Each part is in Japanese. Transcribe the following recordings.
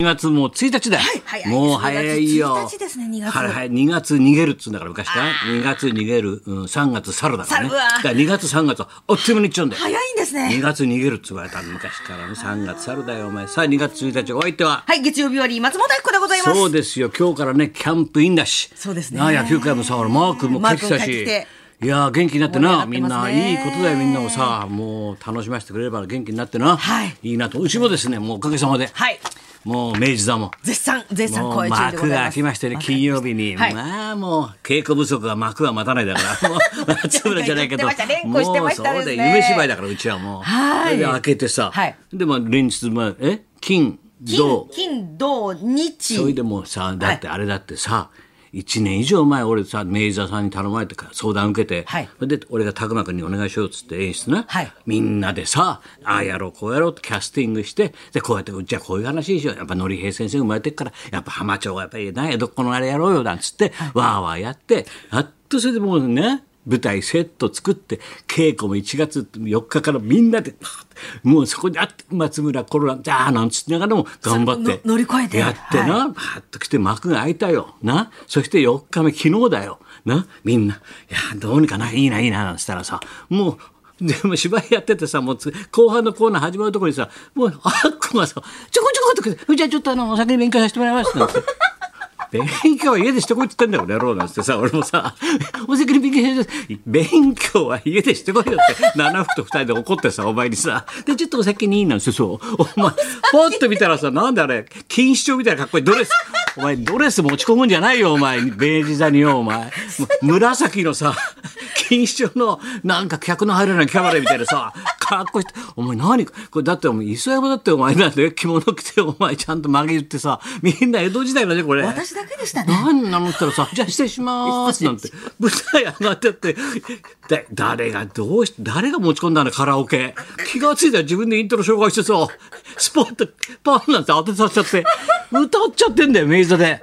2月もう1日だよ。はいはいもう早いよ。 2月1日ですね2月はいはい。2月逃げるっつうんだから昔から。2月逃げる、うん、3月猿だからね。猿はだから2月3月はあっという間に行っちゃうんだよ。早いんですね2月逃げるっつ言われたの昔からね。3月猿だよ、お前。さあ2月1日、お相手は。はい、月曜日割り、松本明子でございます。そうですよ今日からねキャンプインだしそうですねなあ野球界もさほらマー君も帰ってきたマー君帰ってしきていやあ元気になってな盛みりん上がっなてますねいいことだよみんなもさもう楽しませてくれれば元気になってな、はいいなとうちもですねもうおかげさまで、はいもう明治座も。絶賛、絶賛もう公演中幕でございがま開す。きましてね、幕が金曜日に、はいまあもう、稽古不足は幕は待たないだ から、もう、 松村じゃないけど、言ってました連呼してましたもねうそうで、夢芝居だから、うちはもう。はいそれで開けてさ、はいで、まあ、連日、まあ、え金、金銅、、金、土、日。それでもさだってあれだってさ、一1年以上前俺さ明治座さんに頼まれてか相談受けて、はいそれで俺が拓磨君にお願いしようっつって演出な、はいみんなでさああやろうこうやろうってキャスティングしてでこうやってじゃあこういう話にしようやっぱ典平先生生まれてっからやっぱ浜町がやっぱりな江戸っ子のあれやろうよなんつって、わーわーやってやっとそれでもうね舞台セット作って稽古も1月4日からみんなでパーッてもうそこにあって松村コロナじゃあなんつってながらも頑張ってその乗り越えてやってな、はいパーッと来て幕が開いたよ。な。そして4日目、昨日だよ。な。みんな、いや、どうにかな、いいな、いいな、なんつったらさ、もう、でも芝居やっててさ、もうつ後半のコーナー始まるところにさ、もう、あっこがさ、ちょこちょこっと来て、じゃあちょっとあの、お酒に勉強させてもらいますなんて。勉強は家でしてこいって言ってんだよ、この野郎なんつってさ、俺もさ、お酒に勉強して、勉強は家でしてこいよって、七福と二人で怒ってさ、お前にさ、で、ちょっとお酒にいいなんつって、そう、お前、ポッと見たらさ、なんであれ、錦糸町みたいな格好いいドレス、お前、ドレス持ち込むんじゃないよ、お前、明治座によ、お前。む紫のさ、錦糸町の、なんか客の入らないキャバレーみたいなさ、格好して、お前何これだってお前、磯山だってお前なんだよ、着物着て、お前ちゃんと曲げ言ってさ、みんな江戸時代だね、これ。私だけで したね。何なのって言ったらさ「じゃあ失礼します」なんて舞台上がってってだ誰がどうし誰が持ち込んだのカラオケ気がついたら自分でイントロ紹介してさスポッとパンなんて当てさせちゃって歌っちゃってんだよ明治座で。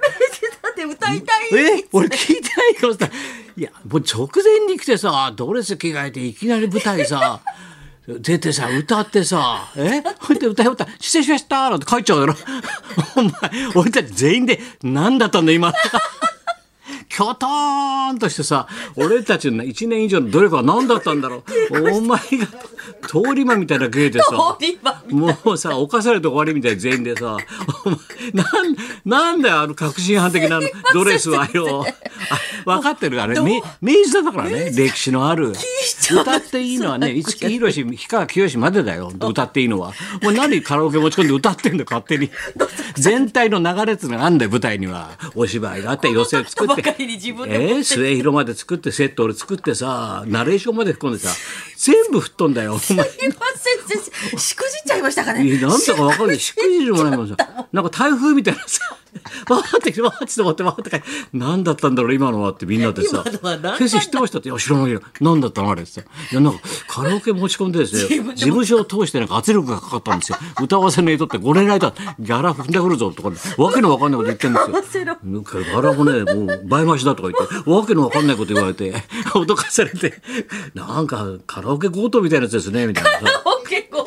だって歌いたい。え俺聞いてないよって言ったらいやもう直前に来てさドレス着替えていきなり舞台さ 出てさ歌ってさえほいで歌い終わったら「失礼しました」なんて書いちゃうだろ お前俺たち全員で「何だったんだ今」 きょとーんとしてさ俺たちの1年以上の努力は何だったんだろうお前が通り魔みたいな芸でさ通り魔もうさ犯されて終わりみたいな全員でさお前なんなんだよあの確信犯的なドレスはよあ分かってるからねどうみ明治座だからね歴史のあるちゃう歌っていいのはね五木ひろし氷川きよしまでだ よ歌っていいのはもう何カラオケ持ち込んで歌ってんだよ勝手に全体の流れっていうのがあんだよ舞台にはお芝居があって寄 席作ってばかりに自分でえー末広まで作ってセット俺作ってさナレーションまで含んでさ全部吹っ飛ん だよお前すいません、先生。しくじっちゃいましたかね。いや、なんだかわかんない。しっくりじもないもんさ。なんか台風みたいなさ。わーって来て、わーって止まって、わーって帰って。何だったんだろう、今のはってみんなでさ。今のは何なんだ先生知ってましたって。いや、知らないよ。何だったのあれってさ。いや、なんかカラオケ持ち込んでです自ね、分で持ち事務所を通してなんか圧力がかかったんですよ。歌わせねえとって、ご連絡いたギャラ踏んでくるぞとか、わけのわかんないこと言ってるんですよ。白いなんかあれもね、もう倍増しだとか言って、わけのわかんないこと言われて、脅かされて、なんかカラオケ強盗みたいなやつですね、みたいなさ。お結構。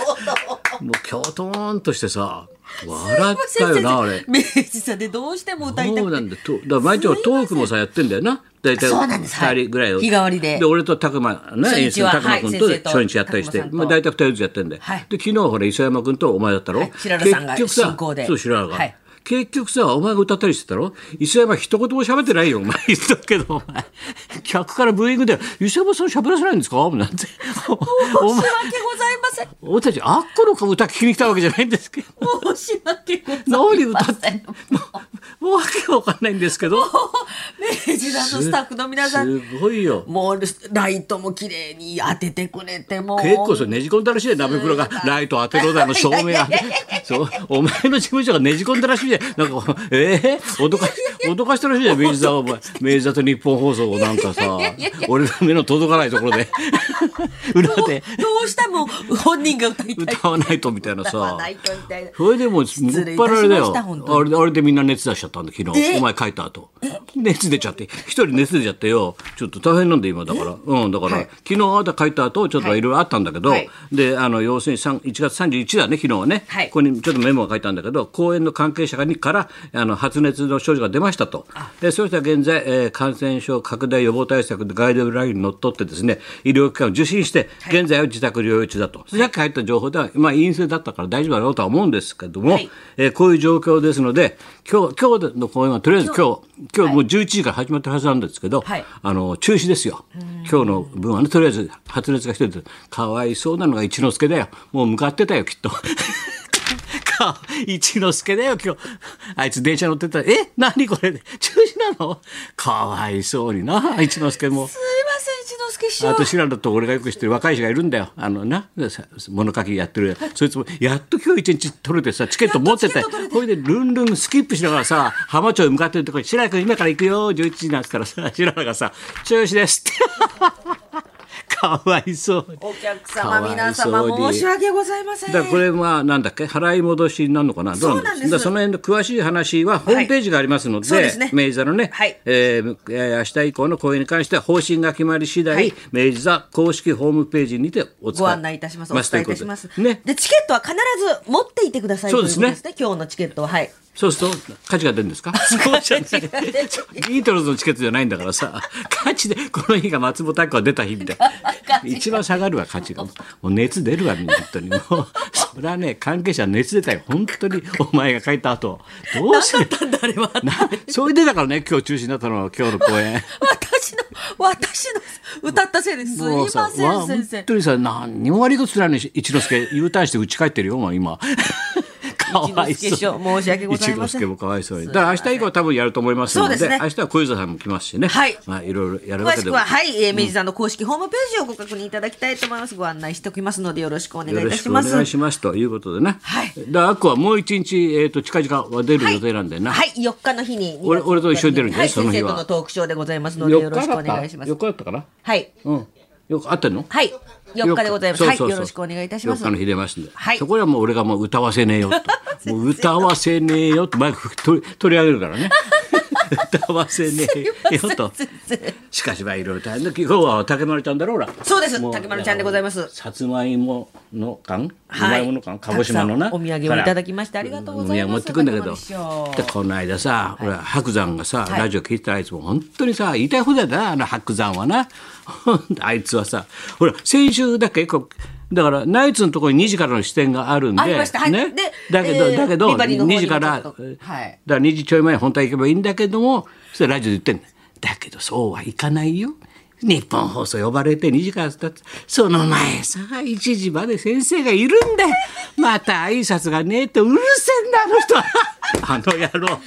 もうきょとんとしてさ笑っ先たよ生なあれ。明治さんでどうしても歌いたそくうて。なんだとだから毎日俺トークもさやってんだよな大体そうなんですはい2人ぐらいを日替わりでで俺と拓磨ね初演出日のは拓磨君はい先生とと初日やったりして拓磨さんとまあ大体2人ずつやってんだよはいで昨日ほら磯山君とお前だったろはい白良さんが結局さ進行でそう白良がはい結局さお前が歌ったりしてたろ磯山一言も喋ってないよお前言っとくけどお前客からブーイングで「磯山さん喋らせないんですか?」なんておお申し前訳ございません。俺たちあっこの歌聞きに来たわけじゃないんですけど申し訳ございません。何歌ってんのもうわけわかんないんですけど明治さんのスタッフの皆さん。すごいよもうライトも綺麗に当ててくれてもう結構それねじ込んだらしいよ鍋黒がライト当てろだの照明あいやいやそうお前の事務所がねじ込んだらしいじゃんなんかええ脅かし脅かしたらしいじゃん明治座をお前明治座と日本放送をなんかさいやいやいやいや俺の目の届かないところ で裏どうでどうしても本人が歌いたい歌わないとみたいな歌さわないとみたいなそれでもう、もっ失礼いぱたらあしれだまよ。した本当にあれあれでみんな熱出しちゃったんだ、昨日。えお前書いた後。熱出ちゃって、一人寝すれちゃってよ、ちょっと大変なんで今だから。うん、だから、はい昨日あなた帰った後、ちょっといろいろあったんだけど、はいで、あの、要するにさん1月31だね、昨日はね、はいここにちょっとメモが書いてあるんだけど、公園の関係者にから、あの、発熱の症状が出ましたと。で、そうしたら現在、えー感染症拡大予防対策でガイドラインにのっとってですね、医療機関を受診して、現在は自宅療養中だと。さっき入った情報では、まあ、陰性だったから大丈夫だろうとは思うんですけども、はいえーこういう状況ですので、今日、今日の公演はとりあえず今日、今日もう11時から始まってるはずなんですけど、はいあの、中止ですよ。今日の分はね、とりあえず発熱が一人で、かわいそうなのが一之輔だよ。もう向かってたよ、きっと。か 一之輔だよ、今日。 あいつ電車乗ってたら、え何これ中止なのかわいそうにな、一之輔も。すいません一之輔師匠あと白田と俺がよく知ってる若い人がいるんだよあのなさ物書きやってるそいつもやっと今日一日取れてさチケット持っててやっとチケット取れてほいでルンルンスキップしながらさ浜町へ向かってるとこに「白田君今から行くよ11時」なんつったらさ白田がさ「中止です」って かわいそうお客様かわい皆そうに様申し訳ございませんだからこれはなんだっけ払い戻しになるのかなどうなんそうなんだですだからその辺の詳しい話はホームページがありますので,、そうですね明治座のね、はいえーえー明日以降の公演に関しては方針が決まり次第、はい明治座公式ホームページにてお伝えご案内いたします。お伝えいたしまとすいうこ。とでねで、チケットは必ず持っていてくださいそうというですことねですね。今日のチケットは。 はい。そうすると価値が出るんですか そうじゃない価値が出るビートルズのチケットじゃないんだからさ価値でこの日が松本拓が出た日みたいな一番下がるわ価値がもう熱出るわみんな本当にもうそれはね関係者熱出たよ本当にお前が書いた後どうしてなんだあれは。なそれでだからね今日中止になったのは今日の公演私の、私の歌ったせいです。すいもまうさせわん、先生本。当にさ何にも悪いことすらないし一之輔 U ターンして家帰ってるよもう 今かわい一之輔師そう匠申し訳ございません一之輔もかわいそうにだから明日以降多分やると思いますのでそうですね明日は小遊三さんも来ますしねはいまあいろいろやるわ詳けしでくもは、はい、えー明治座の公式ホームページをご確認いただきたいと思います。ご案内しておきますので、よろしくお願いよいろたししくおます。願いしますということでねはいだからアッコはもう一日えっと近々は出る予定なんだよなはい、4日の日に。俺俺と一緒に出るんじゃなはいい、その日先生はとのトークショーでございますので、よ4ろし日くだおった願いします4。日だったかなはい。うんよく合ってんのはい、4日でございます。はい、よろしくお願いいたします4日。の日出ましたんで、はいそこではもう俺がもう歌わせねえよと もう歌わせねえよとマイク取り取り上げるからね歌わせねえよと先生しかしまあいろいろ大変だ今日は竹丸ちゃんだろうらそうですも竹丸ちゃんでございますさつまいもの缶、はいうまいもの缶鹿児島のなたくさんお土産をいただきましてありがとうござお土います産持ってくんだけどお土産でしょうでこの間さ、俺白山がさいラジオ聞いてたらあいつも本当にさ言いたい放題だなあの白山はな あいつはさほら先週だっけこうだからナイツのところに2時からの視点があるんでありましたはいねで、だけど、えーだけどビバリーの方に2時から、ちょっとはいだから2時ちょい前に本当は行けばいいんだけどもそしたらラジオで言ってんのだけどそうはいかないよ日本放送呼ばれて2時からだってその前さ1時まで先生がいるんだよまた挨拶がねえとうるせえんだあの人は あの野郎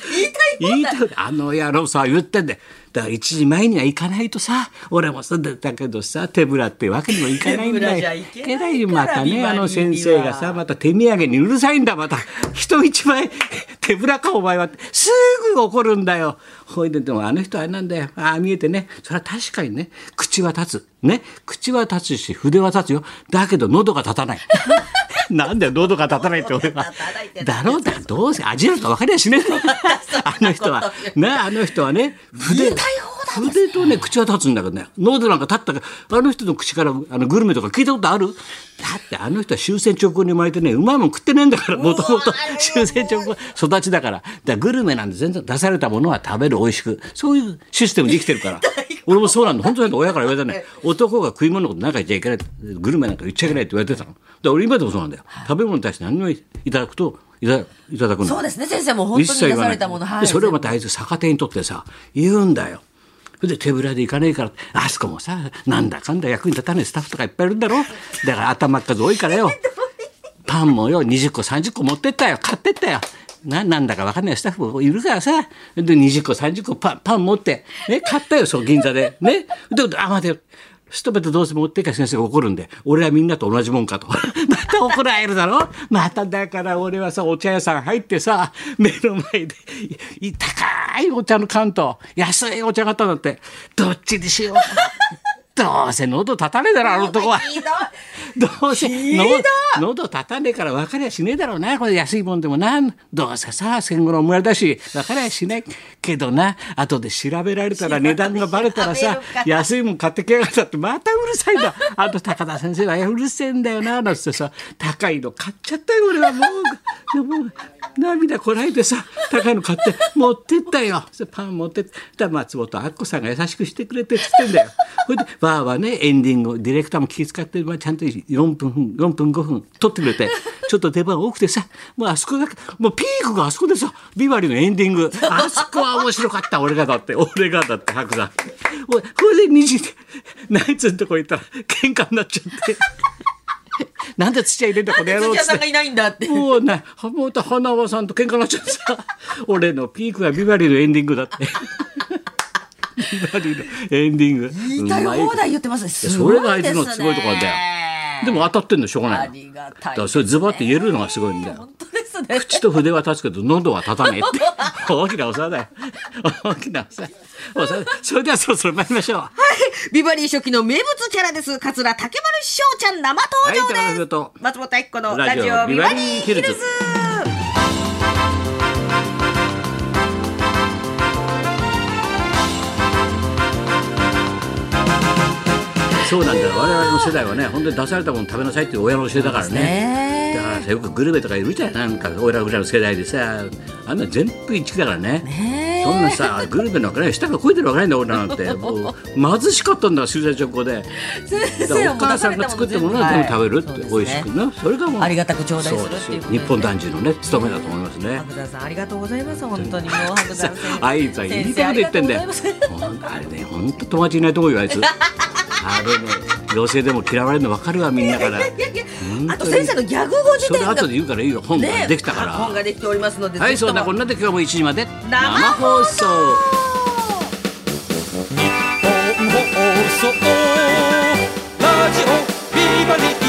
言いたいあの野郎さ言ってんだよだから1時前には行かないとさ俺もそうだったけどさ手ぶらってわけにもいかないんだよ手ぶらじゃいけないからよまたビねバあリーにはの先生がさまた手土産にうるさいんだまた人一倍手ぶらかお前はってすぐ怒るんだよほいででもあの人あれなんだよああ見えてねそれは確かにね口は立つね口は立つし筆は立つよだけど喉が立たない なんだよ喉が立たないって俺は喉が立たないってだろうだどうせ味なんか分かりゃしねえん だよあの人は ねあの人はね筆言いたい放題筆とね口は立つんだけどね喉なんか立ったからあの人の口からあのグルメとか聞いたことあるだってあの人は終戦直後に生まれてねうまいもん食ってねえんだからもともと終戦直後育ちだからだからグルメなんで全然出されたものは食べる美味しくそういうシステムで生きてるから俺もそうなんだ本当なんか親から言われたね男が食い物のことなんか言っちゃいけないグルメなんか言っちゃいけないって言われてたのだから俺今でもそうなんだよ食べ物に対して何をいただくといたいただくのそうですね、先生も本当に出されたもの、一切言わないはでい。それをまたあいつ逆手に取ってさ言うんだよそれで手ぶらで行かねえからあそこもさなんだかんだ役に立たねえスタッフとかいっぱいいるんだろだから頭っ数多いから よパンもよ20個30個持ってったよ買ってったよななんだか分かんないスタッフもいるからさで20個30個パンパン持って、ね、買ったよそう銀座でねであ待てよストベとどうせ持ってっから先生が怒るんで俺はみんなと同じもんかと また怒られるだろまただから俺はさお茶屋さん入ってさ目の前でい高いお茶の缶と安いお茶があったんだってどっちにしようかなどうせ喉立たねえだろあの男は。ひどい どうせひどいの喉立たねえから分かりゃしねえだろうなこれ安いもんでもなんどうせさ戦後の生まれだし分かりゃしないけどな後で調べられたら値段がバレたら調べさるから安いもん買ってきやがったってまたうるさいんだあと高田先生はうるせえんだよななんつってさ高いの買っちゃったよ俺はもうでももう涙こらえてさ高いの買って持ってったよそれパン持ってったら松本明子さんが優しくしてくれてっつってんだよほいでわーわーねエンディングをディレクターも気遣って、まあ、ちゃんと4分4分5分撮ってくれ てちょっと出番多くてさもうあそこだけもうピークがあそこでさビバリーのエンディングあそこは面白かった俺がだって俺がだって白山おいほいで2時でナイツのとこ行ったら喧嘩になっちゃって。なんで土屋入れんだこの野郎っつ土屋ってさんがいないんだって。もうね、浜本花輪さんと喧嘩になっちゃってさ、俺のピークがビバリーのエンディングだ って。ビバリーのエンディング。言いたいうん放題言ってますね。すそごいれでがあいすね。つのすごいところだよでも当たってんのしょうがなあいの。りがだたいから。それズバッと言えるのがすごいんだよ。本当ですね。口と筆は立つけど喉は立たねえって。大きなお皿 だよ。大きなお皿。お皿それではそろそろ参りましょう。はビバリー初期の名物キャラです。桂竹丸翔ちゃん生い、登高田場文夫です。と。松本明子のララジジオオビビババリリーーヒヒルルズズ。そうなんだよ我々の世代はね本当に出されたもの食べなさいっていう親の教えだからねねだ からさよくグルメとかいるじゃんなんか俺らぐらいの世代でさあんな全部一致だからねねえそんなさグルメなんかね舌が肥えてるわけないんだ俺らなんてもう貧しかったんだ終戦直後でだ先から生お母さんが作ったものは全部食べるって、美味しくね。ねそれがもうありがたく頂戴するっていうそうですよね日本男児のね務めだと思いますね白山さんありがとうございます本当にも う白さ山先生。あいつは言いたいこと言ってんだよ先生ありがとうございます。ほんとあれね本当友達いないと思うよあいつあれね女性でも嫌われるの分かるわみんなからいやいやに あと先生のギャグ語自それ体が後で言うからいいよ本ができたか本らができておりますので。はいぜひそとんもなこんなで今日も1時まで生放送本放送ラジオビバリー